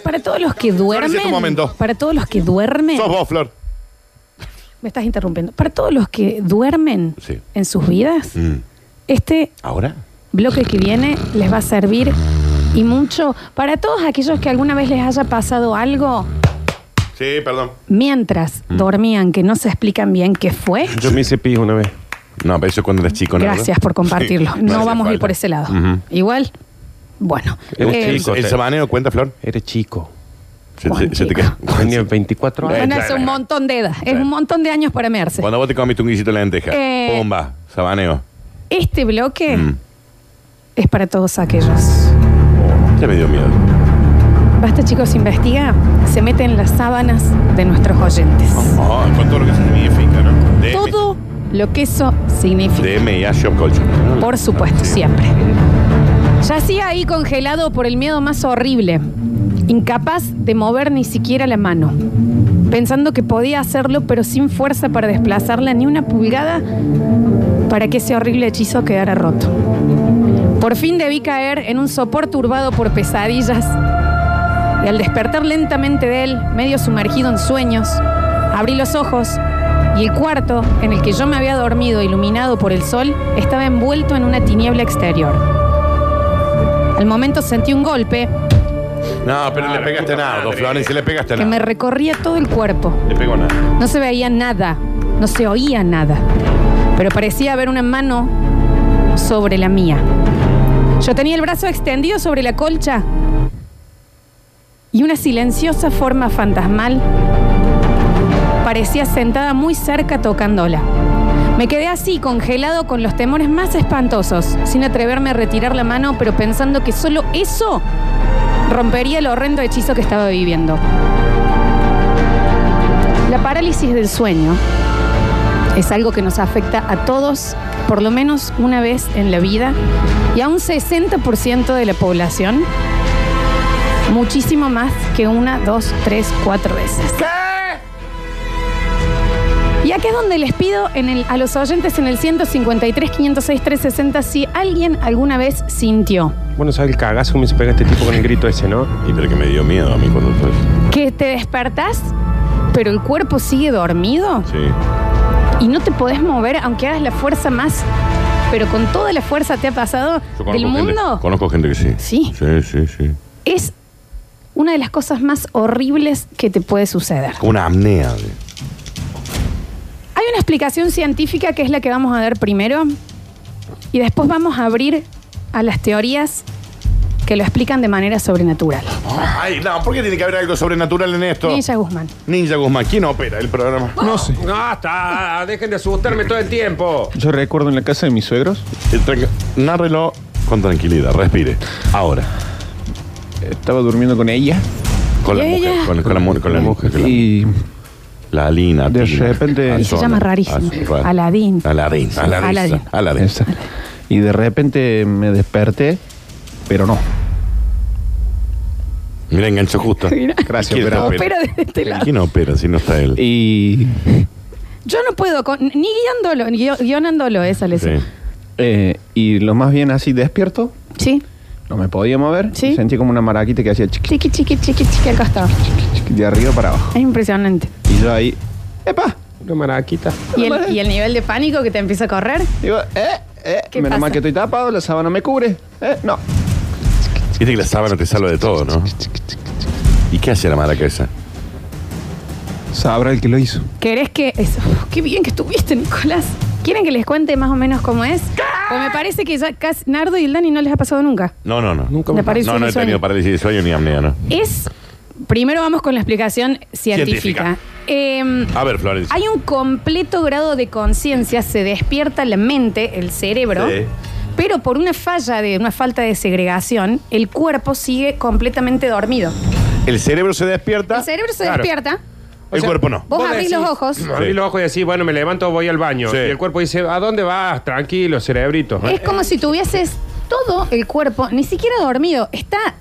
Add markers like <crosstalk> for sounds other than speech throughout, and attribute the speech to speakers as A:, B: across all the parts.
A: Para todos los que
B: Flor,
A: duermen.
B: es tu momento.
A: Para todos los que duermen.
B: Sos vos, Flor.
A: Me estás interrumpiendo. Para todos los que duermen
B: Sí. Mm.
A: en sus vidas, este
B: ¿Ahora?
A: bloque que viene les va a servir y mucho para todos aquellos que alguna vez les haya pasado algo
B: Sí, perdón.
A: mientras
B: Mm.
A: dormían que no se explican bien qué fue.
C: Yo me hice pis una vez.
B: No, pero eso es cuando eras chico, ¿no?
A: Gracias por compartirlo.
B: Sí,
A: No
B: hace
A: vamos a ir
B: falta.
A: por ese lado.
B: Ujú.
A: Igual, bueno.
C: Era
A: Eh,
C: chico.
B: ¿El sabaneo cuenta, Flor?
C: Era chico.
B: Se,
A: Juan,
B: se- se te
A: chico.
B: queda.
C: Tenía 24
A: Juan
C: años.
A: hace un montón de edad. Es un montón de años para mearse.
B: Cuando vos te comiste un guisito de lenteja.
A: Eh.
B: Pumba, sabaneo.
A: Este bloque
B: Mm.
A: es para todos aquellos.
B: Ya me dio miedo.
A: Basta, chicos, investiga. Se mete en las sábanas de nuestros oyentes.
B: Oh, con todo lo que significa, ¿no? DM,
A: Todo lo que eso significa.
B: DM y a Shop Colchón.
A: Por supuesto, siempre. Yacía ahí congelado por el miedo más horrible, incapaz de mover ni siquiera la mano, pensando que podía hacerlo pero sin fuerza para desplazarla ni una pulgada para que ese horrible hechizo quedara roto. Por fin debí caer en un sopor turbado por pesadillas y al despertar lentamente de él, medio sumergido en sueños, abrí los ojos y el cuarto en el que yo me había dormido, iluminado por el sol, estaba envuelto en una tiniebla exterior. Al momento sentí un golpe
B: No, pero le pegaste nada, Florencia, le pegaste
A: que
B: nada.
A: me recorría todo el cuerpo.
B: Le pegó nada.
A: No se veía nada, no se oía nada, pero parecía haber una mano sobre la mía. Yo tenía el brazo extendido sobre la colcha y una silenciosa forma fantasmal parecía sentada muy cerca tocándola. Me quedé así, congelado con los temores más espantosos, sin atreverme a retirar la mano, pero pensando que solo eso rompería el horrendo hechizo que estaba viviendo. La parálisis del sueño es algo que nos afecta a todos por lo menos una vez en la vida y a un 60% de la población muchísimo más que una, dos, tres, cuatro veces. Y aquí es donde les pido en el- a los oyentes en el 153, 506, 360 si alguien alguna vez sintió
C: Bueno, ¿sabes el cagazo que me hizo pegar este tipo con el grito ese, no?
B: Y pero que me dio miedo a mí cuando fue.
A: que te despertás pero el cuerpo sigue dormido.
B: Sí.
A: y no te podés mover aunque hagas la fuerza más, pero con toda la fuerza te ha pasado
B: Yo
A: del
B: conozco gente-
A: mundo,
B: Conozco gente que sí.
A: Sí.
B: Sí, sí, sí.
A: es una de las cosas más horribles que te puede suceder.
B: Como una apnea. de-
A: Hay una explicación científica que es la que vamos a dar primero y después vamos a abrir a las teorías que lo explican de manera sobrenatural.
B: Ay, no, ¿por qué tiene que haber algo sobrenatural en esto?
A: Ninja Guzmán.
B: Ninja Guzmán, ¿quién opera el programa?
D: No sé.
E: No, está, dejen de asustarme todo el tiempo.
D: Yo recuerdo en la casa de mis suegros,
B: Eh, tranqui- Nárrelo con tranquilidad, respire. Ahora.
D: estaba durmiendo con ella
B: Con la
A: Y ella-
B: mujer, con, con la mujer, con la
D: Ah,
B: mujer. con la-
D: y
B: La Alina.
D: De
B: Tina,
D: repente-
B: Alzona,
A: Y se llama rarísimo.
B: Azurra-
A: Aladín.
B: Aladín. Aladín.
A: Aladín.
B: Aladín.
D: Esa. Y de repente me desperté, pero no.
B: Mira,
A: <laughs>
B: enganchó justo.
D: Gracias,
B: ¿Quién
D: operador.
A: Opera desde este lado.
B: ¿Quién opera si no está él?
D: Y
A: Yo no puedo, con- ni guiándolo, ni guio- guionándolo esa
B: Sí.
A: lesión.
D: eh, y lo más bien así despierto,
A: Sí.
D: no me podía mover.
A: Sí.
D: Sentí como una maraquita que hacía chiqui,
A: Chiqui, chiqui, chiqui, chiqui al costado.
D: chiqui, de arriba para abajo.
A: Es impresionante.
D: Y yo ahí, ¡epa!
E: Una maraquita.
A: ¿Y el, y el nivel de pánico que te empieza a correr.
D: Digo, ¡eh! ¡eh!
A: ¿Qué
D: Menos
A: pasa?
D: mal que estoy tapado, la sábana me cubre. ¡eh! No.
B: Viste que la sábana te salva de todo, ¿no? ¿Y qué hace la maraca esa?
D: Sabrá el que lo hizo.
A: ¿Querés que.? es- Uf, qué bien que estuviste, Nicolás. ¿Quieren que les cuente más o menos cómo es? Pues me parece que ya casi Nardo y el Dani no les ha pasado nunca.
B: No, no, no.
A: Nunca me- La parálisis
B: No, no
A: del
B: he tenido
A: sueño.
B: parálisis de sueño ni apnea, ¿no?
A: Es. Primero vamos con la explicación científica.
B: Científica.
A: Em,
B: A ver, Florencia.
A: hay un completo grado de conciencia, se despierta la mente, el cerebro.
B: Sí.
A: Pero por una falla de una falta de segregación, el cuerpo sigue completamente dormido.
B: El cerebro se despierta.
A: El cerebro se
E: Claro.
A: despierta,
B: El cuerpo no.
A: vos, abrís los ojos.
E: Abrí los ojos y decís, bueno, me levanto, voy al baño.
B: Sí.
E: Y el cuerpo dice, ¿a dónde vas? Tranquilo, cerebrito. Eh,
A: Es como si tuvieses todo el cuerpo, ni siquiera dormido, está.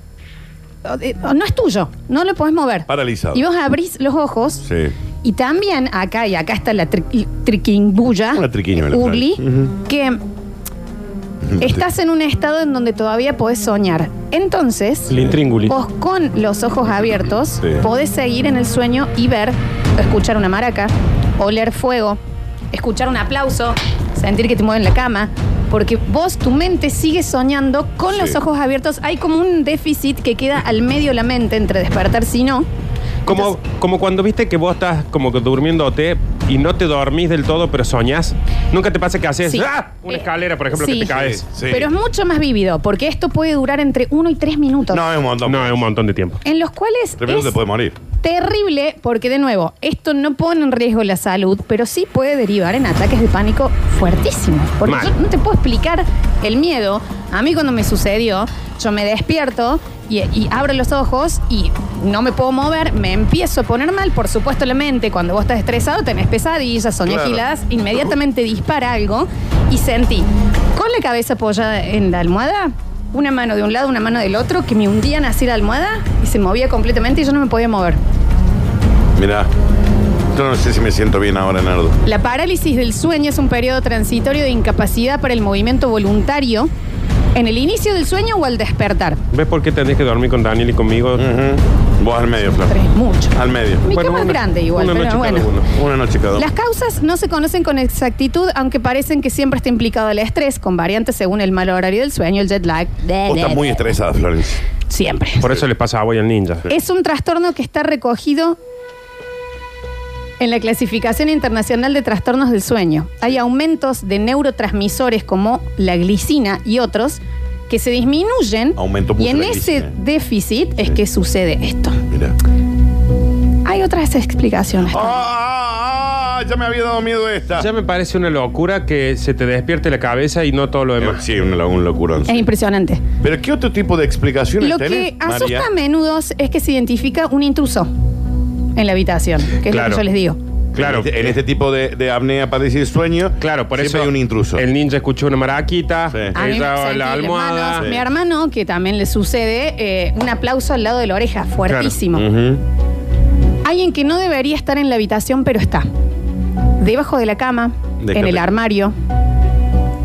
A: eh, No es tuyo, no lo podés mover.
B: Paralizado.
A: Y vos abrís los ojos.
B: Sí.
A: Y también acá, y acá está la tri- triquimbuya.
B: Una triquiñuela,
A: Ugly, que Estás en un estado en donde todavía podés soñar. Entonces,
E: Lintríngulis.
A: vos con los ojos abiertos
B: Sí.
A: podés seguir en el sueño y ver, escuchar una maraca, oler fuego, escuchar un aplauso, sentir que te mueven la cama. Porque vos, tu mente sigue soñando con los
B: Sí.
A: ojos abiertos. Hay como un déficit que queda al medio la mente entre despertar si no.
E: Como, como cuando viste que vos estás como que durmiéndote y no te dormís del todo, pero soñás. ¿Nunca te pasa que haces
A: Sí.
E: ¡ah! una
A: Eh,
E: escalera, por ejemplo,
A: sí.
E: que te caes?
B: Sí.
A: Pero es mucho más vívido, porque esto puede durar entre uno y tres minutos.
B: No, es un montón.
E: No, eh. es un montón de tiempo.
A: En los cuales
B: Tres minutos
A: es
B: te puede morir.
A: terrible, porque de nuevo, esto no pone en riesgo la salud, pero sí puede derivar en ataques de pánico fuertísimos. Porque
E: Mal.
A: yo no te puedo explicar el miedo. A mí cuando me sucedió, yo me despierto y, y abro los ojos y no me puedo mover, me empiezo a poner mal. Por supuesto, la mente, cuando vos estás estresado, tenés pesadillas, soñé
B: Claro.
A: giladas, inmediatamente dispara algo y sentí con la cabeza apoyada en la almohada, una mano de un lado, una mano del otro, que me hundían así la almohada y se movía completamente y yo no me podía mover.
B: Mirá, yo no sé si me siento bien ahora, Nardo.
A: La parálisis del sueño es un periodo transitorio de incapacidad para el movimiento voluntario en el inicio del sueño o al despertar.
E: ¿Ves por qué tenés que dormir con Daniel y conmigo?
B: Ujú. Vos al medio, Flor.
A: Tres, mucho.
B: Al medio.
A: Mi
E: Bueno,
A: cama es
E: una-
A: grande igual,
E: una
A: pero
E: noche cada
A: bueno.
E: uno.
B: Una noche cada uno.
A: Las causas no se conocen con exactitud, aunque parecen que siempre está implicado el estrés, con variantes según el mal horario del sueño, el jet lag.
B: Vos estás muy estresada, Florencia.
A: Siempre.
E: Por eso le pasa a Boy al ninja.
A: Es un trastorno que está recogido en la clasificación internacional de trastornos del sueño. Hay aumentos de neurotransmisores como la glicina y otros que se disminuyen.
B: Aumentó mucho
A: y en
B: la
A: ese
B: glicina.
A: déficit es
B: Sí.
A: que sucede esto.
B: Mirá.
A: Hay otras explicaciones.
B: ¡Ah, ah, ah! Ya me había dado miedo esta.
E: Ya me parece una locura que se te despierte la cabeza y no todo lo
B: Eh,
E: demás.
B: Sí, un, un locurón.
A: Es impresionante.
B: Pero ¿qué otro tipo de explicaciones
A: Lo
B: tenés,
A: que asusta
B: María?
A: a menudo es que se identifica un intruso en la habitación, que es lo
E: Claro.
A: que yo les digo.
E: Claro.
B: En este, en este tipo de, de apnea, padecer sueño,
E: Claro, por
B: siempre
E: eso
B: hay un intruso.
E: El ninja escuchó una maraquita,
B: Sí.
A: A mí me
E: ella,
A: sentí
E: la
A: las
E: almohada.
A: manos.
B: Sí.
A: Mi hermano, que también le sucede, eh, un aplauso al lado de la oreja, fuertísimo.
B: Ujú.
A: Alguien que no debería estar en la habitación, pero está. Debajo de la cama,
B: Déjate.
A: en el armario,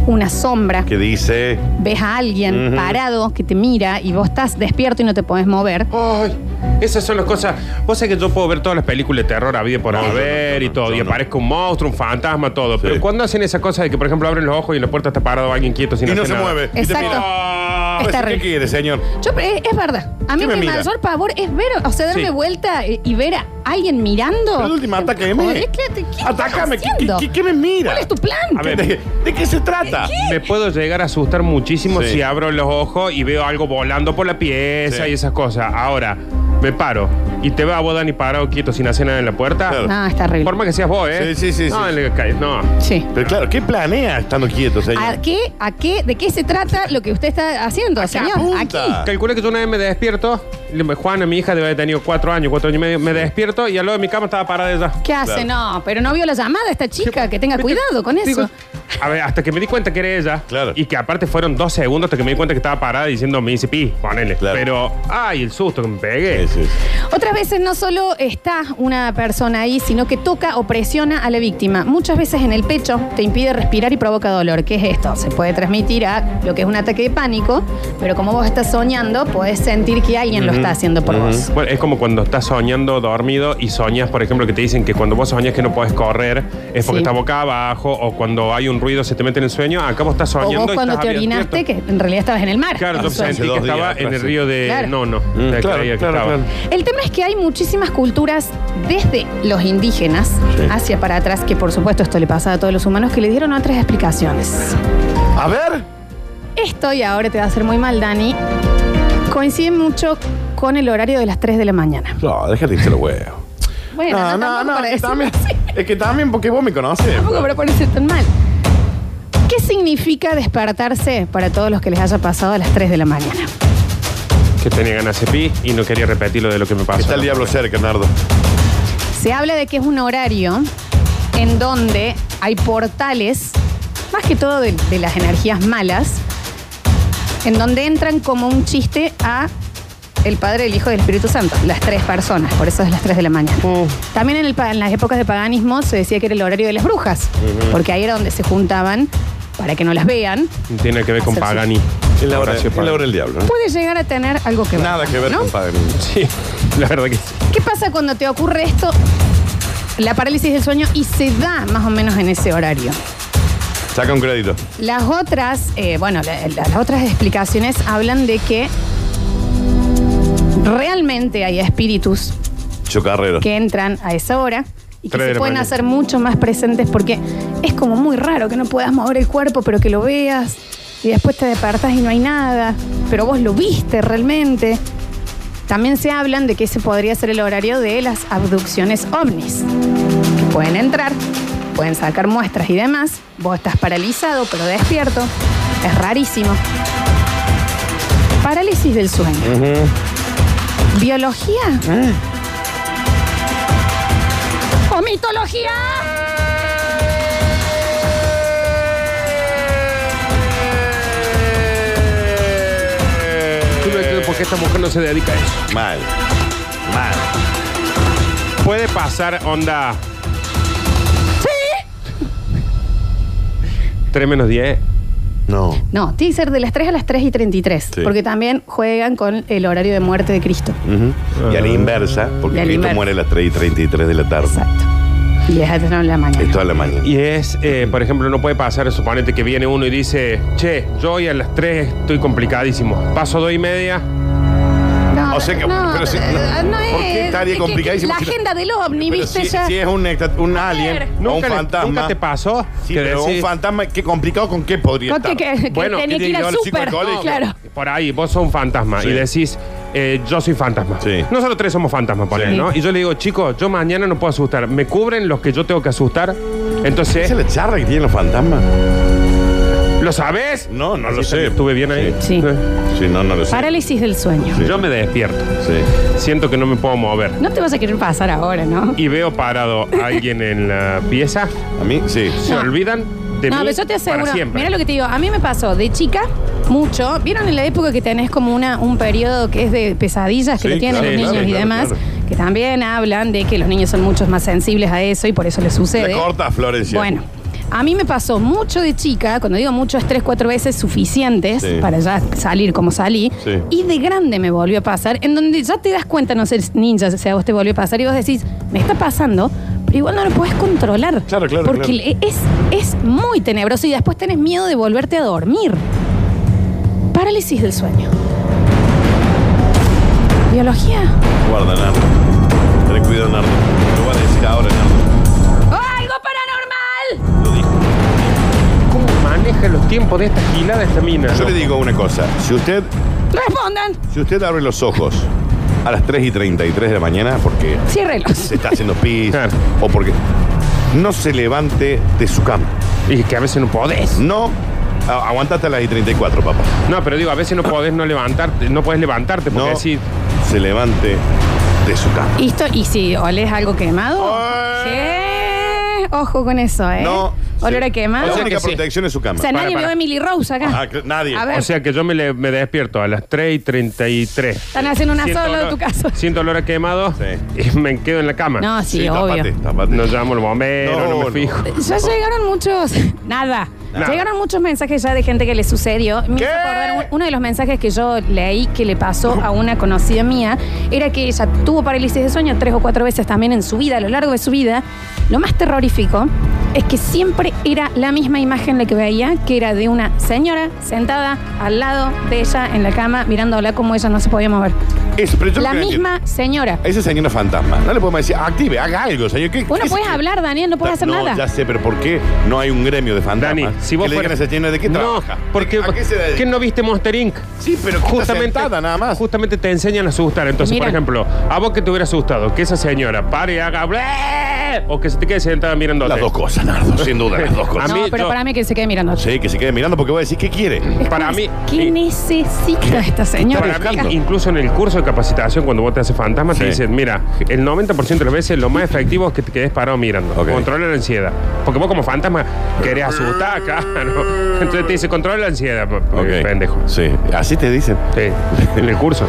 A: una sombra.
B: Que dice...
A: Ves a alguien
B: Ujú.
A: parado que te mira y vos estás despierto y no te podés mover.
E: Ay, esas son las cosas. Vos sabés que yo puedo ver todas las películas de terror había por
B: No, yo no,
E: haber
B: yo
E: y
B: no,
E: todo.
B: yo
E: Y
B: no.
E: aparezca un monstruo, un fantasma, todo.
B: Sí.
E: Pero cuando hacen esa cosa de que, por ejemplo, abren los ojos y en la puerta está parado alguien quieto sin
B: Y no
E: hacer
B: se
E: nada?
B: mueve. Y te
A: Exacto.
B: mira.
E: Ah,
A: Es
B: Pues, ¿Qué
A: terrible.
B: quiere, señor?
A: Yo, eh, es, es verdad. A mí
B: ¿Qué me
A: mi
B: mira?
A: mayor pavor es ver, o sea, darme
B: Sí.
A: vuelta y, y ver a alguien mirando.
B: Pero de última, atáqueme.
A: Joder, ¿qué- qué- qué estás
B: Atácame. ¿Qué,
A: haciendo?
B: qué- qué me mira?
A: ¿Cuál es tu plan?
E: A ver,
B: ¿De, de qué se trata?
E: me puedo llegar a asustar muchísimo
B: Sí.
E: si abro los ojos y veo algo volando por la pieza
B: Sí.
E: y esas cosas. Ahora, me paro y te veo a vos, Dani, parado quieto sin hacer nada en la puerta.
B: Claro.
A: No, está horrible.
E: Forma que seas vos, ¿eh?
B: Sí, sí, sí,
E: No,
B: sí.
E: le caes, no.
A: Sí.
B: Pero claro, ¿qué planea estando quieto, señor?
A: ¿A qué, ¿A qué? ¿De qué se trata lo que usted está haciendo, señor?
B: apunta? Ah.
E: Calculé que yo una vez me despierto. le- Juana, mi hija, debe haber tenido cuatro años, cuatro años y medio. Me despierto y al lado de mi cama estaba parada ella.
A: ¿Qué hace? No, pero no vio la llamada esta chica, que tenga cuidado con
E: Digo,
A: eso.
E: a ver, hasta que me di cuenta que era ella.
B: Claro.
E: Y que aparte fueron dos segundos hasta que me di cuenta que estaba parada diciendo me dice pi, ponele.
B: Claro.
E: Pero, ay, el susto que me pegué.
B: Sí, sí, sí.
A: Otras veces no solo está una persona ahí, sino que toca o presiona a la víctima. Muchas veces en el pecho te impide respirar y provoca dolor. ¿Qué es esto? Se puede transmitir a lo que es un ataque de pánico, pero como vos estás soñando, podés sentir que alguien lo está haciendo por vos.
E: Bueno, es como cuando estás soñando dormido y soñas, por ejemplo, que te dicen que cuando vos soñas que no podés correr es porque
A: Sí.
E: está boca abajo o cuando hay un ruido se te mete en el sueño. Acá vos estás
A: O
E: soñando
A: vos
E: y
A: cuando
E: estás
A: te
E: abierto.
A: orinaste, que en realidad estabas en el mar.
E: Claro, yo
A: Eso es.
E: sentí que
B: dos días,
E: estaba en el
B: casi.
E: río de
A: Claro.
E: No, no.
B: Mm,
E: de
B: claro,
E: Claro,
B: claro, claro.
A: El tema es que hay muchísimas culturas desde los indígenas
B: Sí.
A: hacia para atrás, que por supuesto esto le pasa a todos los humanos, que le dieron otras explicaciones.
B: A ver.
A: Esto, y ahora te va a hacer muy mal, Dani, coincide mucho con el horario de las 3 de la mañana.
B: No, déjate irse los huevos.
A: Bueno,
B: Ah, No, no,
A: tampoco
B: no.
A: para
B: que
A: decirlo <laughs>
B: también-
A: así,
B: Es que también porque vos me conoces.
A: tampoco para ponerse tan mal. ¿Qué significa despertarse para todos los que les haya pasado a las 3 de la mañana?
E: Que tenía ganas de pi y no quería repetir lo de lo que me pasó.
B: Está el diablo cerca, Nardo.
A: Se habla de que es un horario en donde hay portales, más que todo de, de las energías malas, en donde entran como un chiste a el Padre, el Hijo y el Espíritu Santo, las tres personas, por eso es las tres de la mañana.
E: Mm,
A: También en, el pa- en las épocas de paganismo se decía que era el horario de las brujas, porque ahí era donde se juntaban para que no las vean,
E: Tiene que ver con
A: Hacerse-
E: Pagani.
B: Es la hora,
E: Horacio
B: es la hora del diablo. ¿eh?
A: puede llegar a tener algo que ver.
B: Nada que ver,
A: ¿no?
B: compadre.
E: Sí, la verdad que sí.
A: ¿Qué pasa cuando te ocurre esto, la parálisis del sueño, y se da más o menos en ese horario?
B: Saca un crédito.
A: Las otras, eh, bueno, la- la- las otras explicaciones hablan de que realmente hay espíritus
B: Chocarrero.
A: que entran a esa hora y que
E: Tres de
A: se
E: la
A: pueden
E: mañana.
A: hacer mucho más presentes porque es como muy raro que no puedas mover el cuerpo, pero que lo veas y después te despertás y no hay nada, pero vos lo viste realmente. También se hablan de que ese podría ser el horario de las abducciones ovnis, que pueden entrar, pueden sacar muestras y demás. Vos estás paralizado, pero despierto. Es rarísimo. Parálisis del sueño. Biología.
E: ¿Eh?
A: ¡O mitología!
B: Eh.
E: Yo no entiendo por qué esta mujer no se dedica a eso.
B: Mal. Mal.
E: Puede pasar, onda. ¿Sí? 3 menos 10.
B: No.
A: No, tiene que ser de las 3 a las 3 y 33,
B: Sí.
A: porque también juegan con el horario de muerte de Cristo.
B: Ujú. Y a la inversa, porque
A: Y a la
B: Cristo
A: inversa.
B: muere a las 3 y 33 de la tarde.
A: Exacto. Y es a las 9 de la mañana.
B: Esto a la mañana.
E: Y es, eh, por ejemplo, no puede pasar, suponete que viene uno y dice, che, yo hoy a las 3 estoy complicadísimo. Paso 2 y media.
A: No,
B: O sea que-
A: no,
B: pero si-
A: eh, no
B: ¿por qué
A: es-
B: estaría
A: que-
B: complicadísimo
A: que La
B: si no-
A: agenda del ovni,
B: Pero
A: viste
B: si,
A: ya.
B: si es un, extra- un alien o un
E: le-
B: fantasma.
E: nunca te pasó.
B: Sí,
E: que
B: pero
E: decís,
B: un fantasma, qué complicado con qué podría
A: Conte
B: estar.
A: que, que
E: Bueno,
A: tenía que
B: tiene
A: ir
B: que
A: al
B: llevar los chicos al
A: súper.
B: colegio.
A: Claro.
E: Por ahí, vos sos un fantasma
B: Sí.
E: y decís, eh, yo soy fantasma.
B: Sí.
E: Nosotros tres somos fantasmas, ponele,
A: Sí.
E: ¿no? Y yo le digo, chicos, yo mañana no puedo asustar. ¿Me cubren los que yo tengo que asustar? Entonces,
B: ¿Esa es la charla que tienen los fantasmas?
E: ¿lo sabes?
B: No, no lo
E: Así
B: sé.
E: está, Estuve bien ahí. Eh.
A: Sí. Sí.
B: Sí, no, no lo sé.
A: Parálisis del sueño.
B: Sí.
E: Yo me despierto.
B: Sí.
E: Siento que no me puedo mover.
A: No te vas a querer pasar ahora, ¿no?
E: Y veo parado a alguien en la pieza.
B: A mí, sí.
E: Se
A: No.
E: olvidan de
A: no,
E: mí
A: pero yo te aseguro.
E: para siempre.
A: Mira lo que te digo. A mí me pasó de chica mucho. ¿Vieron en la época que tenés como una, un periodo que es de pesadillas que
B: Sí,
A: le tienen
B: claro,
A: los niños
B: claro,
A: y
B: claro,
A: demás?
B: claro.
A: Que también hablan de que los niños son muchos más sensibles a eso y por eso les sucede.
B: Le corta Florencia.
A: Bueno, a mí me pasó mucho de chica, cuando digo mucho es tres, cuatro veces suficientes
B: Sí.
A: para ya salir como salí.
B: Sí.
A: Y de grande me volvió a pasar, en donde ya te das cuenta, no sé, ninja, o sea, vos te volvió a pasar y vos decís, me está pasando, pero igual no lo puedes controlar.
B: Claro, claro,
A: Porque
B: claro.
A: Es, es muy tenebroso y después tenés miedo de volverte a dormir. Parálisis del sueño. Biología.
B: Guarda, Nardo. Ten cuidado, Nardo. Lo van a decir ahora, Nardo.
A: ¡Algo paranormal!
B: Lo dijo.
E: ¿Cómo maneja los tiempos de esta gilada esta mina?
B: Yo
E: no?
B: le digo una cosa. Si usted,
A: Respondan.
B: si usted abre los ojos a las 3 y 33 de la mañana, porque
A: Ciérrelos.
B: se está haciendo pis
E: Claro.
B: o porque no se levante de su cama.
E: Y que a veces no podés.
B: No, a- aguantate a las y 34, papá.
E: No, pero digo, a veces no podés no levantarte, no podés levantarte porque
B: No
E: decís,
B: se levante de su cama.
A: Y Esto, y si olés algo quemado, ¿Qué? ojo con eso, ¿eh?
B: No.
A: Olor
B: se-
A: a quemado.
B: La
E: O sea
A: O
B: única
E: que sí.
B: protección es su cama.
A: sea,
E: para,
A: nadie
E: para.
A: vio a Emily Rose acá.
B: Ah, cl- nadie.
A: A ver.
E: o sea que yo me, le- me despierto a las 3 y 33.
A: Están haciendo una sola de Ah, tu casa.
E: <laughs> Siento olor a quemado
B: Sí.
E: y me quedo en la cama.
A: No, sí,
B: Sí,
A: obvio.
B: tapate, tapate.
E: No llamo al bombero, no,
B: No,
E: me
B: no.
E: fijo.
A: Ya llegaron muchos. <laughs> Nada.
E: Nada.
A: Llegaron muchos mensajes ya de gente que le sucedió. Me hizo acordar un- uno de los mensajes que yo leí que le pasó a una conocida mía era que ella tuvo parálisis de sueño tres o cuatro veces también en su vida, a lo largo de su vida. Lo más terrorífico es que siempre era la misma imagen la que veía, que era de una señora sentada al lado de ella en la cama, mirándola como ella no se podía mover.
B: Eso, pero yo
A: La
B: no entiendo.
A: misma señora.
B: A Esa señora fantasma. No le podemos decir, active, haga algo, señor. ¿Qué,
A: Bueno,
B: qué-
A: puedes
B: qué-
A: hablar, Daniel, no puedes hacer
B: no,
A: nada.
B: Ya sé, pero ¿por qué no hay un gremio de
E: Dani,
B: fantasmas?
E: si vos
B: que le digan
E: fueras-
B: a esa señora, ¿de qué
E: no,
B: trabaja?
E: porque
B: ¿A qué se dedica?
E: ¿quién no viste Monster Inc?
B: Sí, pero que está sentada nada más.
E: Justamente te enseñan a asustar. Entonces,
A: Mira.
E: por ejemplo, a vos que te hubiera asustado, que esa señora pare y haga ble- o que se te quede sentada mirando
B: Las dos cosas, Nardo, sin duda, las dos
E: <laughs> A
B: cosas.
E: mí-
A: No, pero
E: yo-
A: para mí que se quede mirando.
B: Sí, que se quede mirando porque va a decir, ¿qué quiere?
A: Es
E: Para
A: como,
E: mí-
A: ¿Qué
E: y-
A: necesita esta señora?
E: Para mí, incluso en el curso de capacitación, cuando vos te haces fantasma, te
B: Sí.
E: dicen, mira, el 90% de las veces lo más efectivo es que te quedes parado mirando.
B: Ok.
E: Controla la ansiedad. Porque vos como fantasma querés asustar, <laughs> claro. Entonces te dice, controla la ansiedad, p-
B: Ok.
E: pendejo.
B: Sí, así te dicen. <laughs>
E: Sí, en el curso.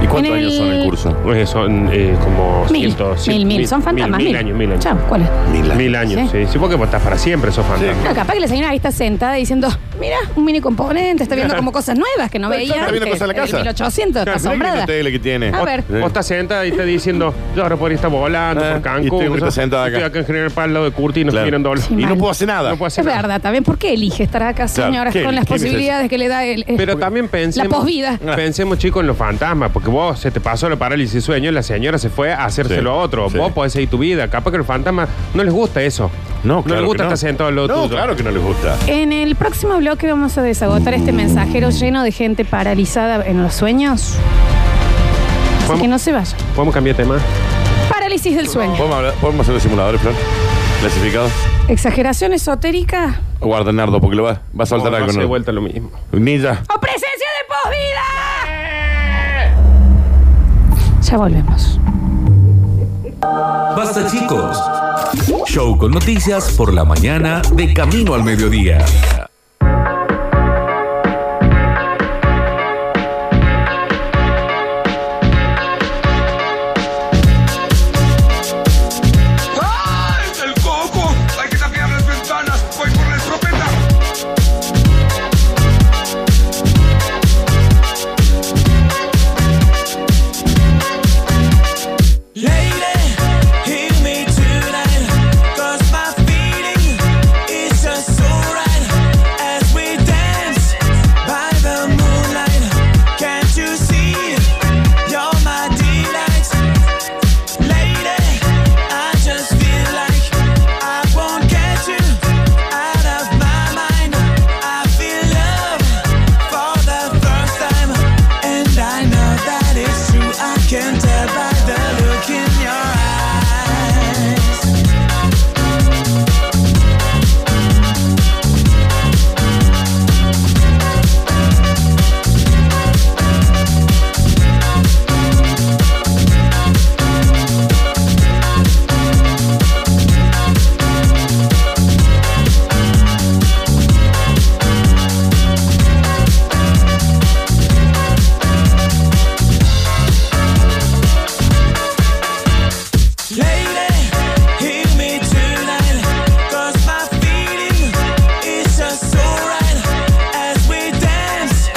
B: ¿Y cuántos
A: En
B: años son el
A: el-
B: curso?
E: Eh, son eh, como
A: Mil,
E: cientos,
A: mil, mil, son fantasmas.
E: Mil, mil años, mil años.
A: Chao, ¿cuál es?
B: Mil años.
E: Mil años,
A: Sí.
E: sí. Sí, porque vos estás para siempre, sos fantasma.
A: No, capaz que la señora ahí está sentada diciendo, mira, un mini componente, está viendo como cosas nuevas que no veía.
B: Está viendo
A: antes,
B: cosas en la
A: en el
B: casa.
A: 1800, está
E: Claro, mirá
A: asombrada.
B: la tele que tiene.
A: A ver.
E: Vos estás sentada y estás diciendo, yo ahora podría estar volando
B: Ah,
E: por Cancún.
B: y estoy ahorita
E: cosas.
B: sentada acá.
E: Estoy acá en General Paz, al lado de Curti, y nos
B: Claro.
E: miran doble.
A: Sí,
B: y
A: mal.
B: no puedo hacer nada.
E: No puedo hacer
A: Es
E: nada.
A: verdad, también. ¿Por qué elige estar acá,
B: Claro,
A: señoras,
B: ¿qué-
A: con las
B: qué necesidad?
A: posibilidades que le da el, el-
E: Pero también
A: la
E: pensemos.
A: posvida?
B: Ah.
E: Pensemos, chicos, en los fantasmas, porque vos se te pasó la parálisis de sueño, la señora se fue a hacérselo
B: Sí,
E: a otro.
B: sí.
E: Vos podés seguir tu vida. Capaz que los fantasmas no les gusta eso.
B: No, claro
E: les gusta
B: que no.
E: estar sentado al lado
B: No,
E: tuyo.
B: claro que no les gusta.
A: En el próximo bloque vamos a desagotar este mensajero lleno de gente paralizada en los sueños. Así
E: Vamos.
A: que no se vaya.
E: ¿Podemos cambiar de tema?
A: Parálisis del sueño.
B: ¿Podemos, hablar- podemos hacer los simuladores, Flor? ¿Clasificados?
A: Exageración esotérica.
B: Guarda, Nardo, porque lo va, va a soltar
E: No, no
B: algo.
E: se
B: ¿no?
E: vuelta lo mismo.
B: Ninja.
A: ¡O presencia de posvida! Ya volvemos.
F: Basta chicos. Show con noticias por la mañana de camino al mediodía.
G: ¡Ay, el coco! Hay que tapiar las ventanas. Voy por la escopeta.
H: Can tell by the look in your eyes. Lady, hear me tonight, 'cause my feeling is just so right as we dance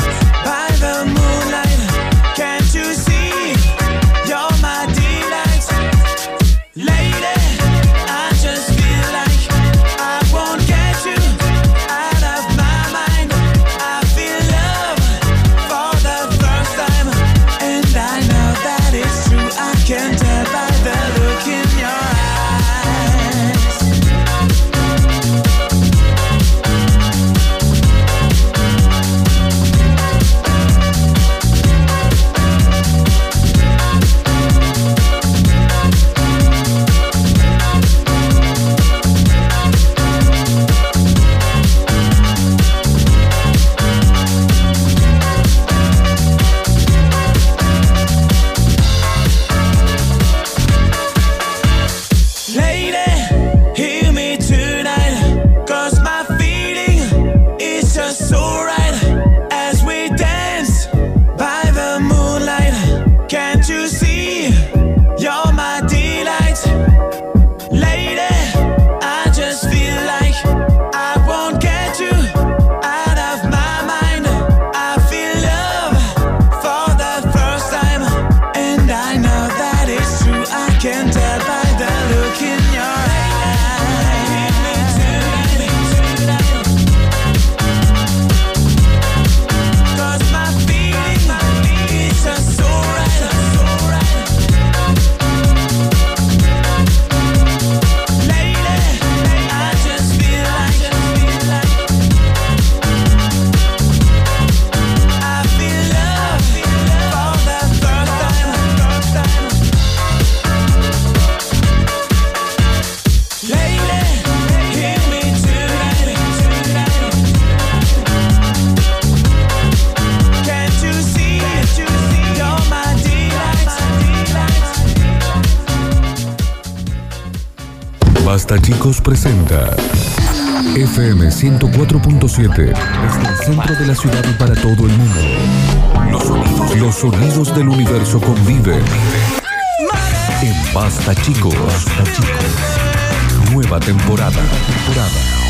H: by the moonlight. Can't you see you're my delight, lady? I just feel like I won't get you out of my mind. I feel love for the first time, and I know that it's true. I can tell by the look in your eyes. Lady, hear me tonight, 'cause my feeling is just so right as we dance by the moonlight. Can't you see? You're my delight. Lady, I just feel like I won't get you out of my mind. I feel love for the first time, and I know that it's true. I can tell by the look in your eyes. Cause my feeling, my feeling is just so right, so right. Lady, I just feel like I feel love for the first time, first time. Lady, hear me tonight, Can't you see? You're my delight,
F: Basta chicos presenta FM 104.7 desde el centro de la ciudad y para todo el mundo. Los sonidos, los sonidos del universo conviven. En Basta Chicos. Nueva temporada. temporada.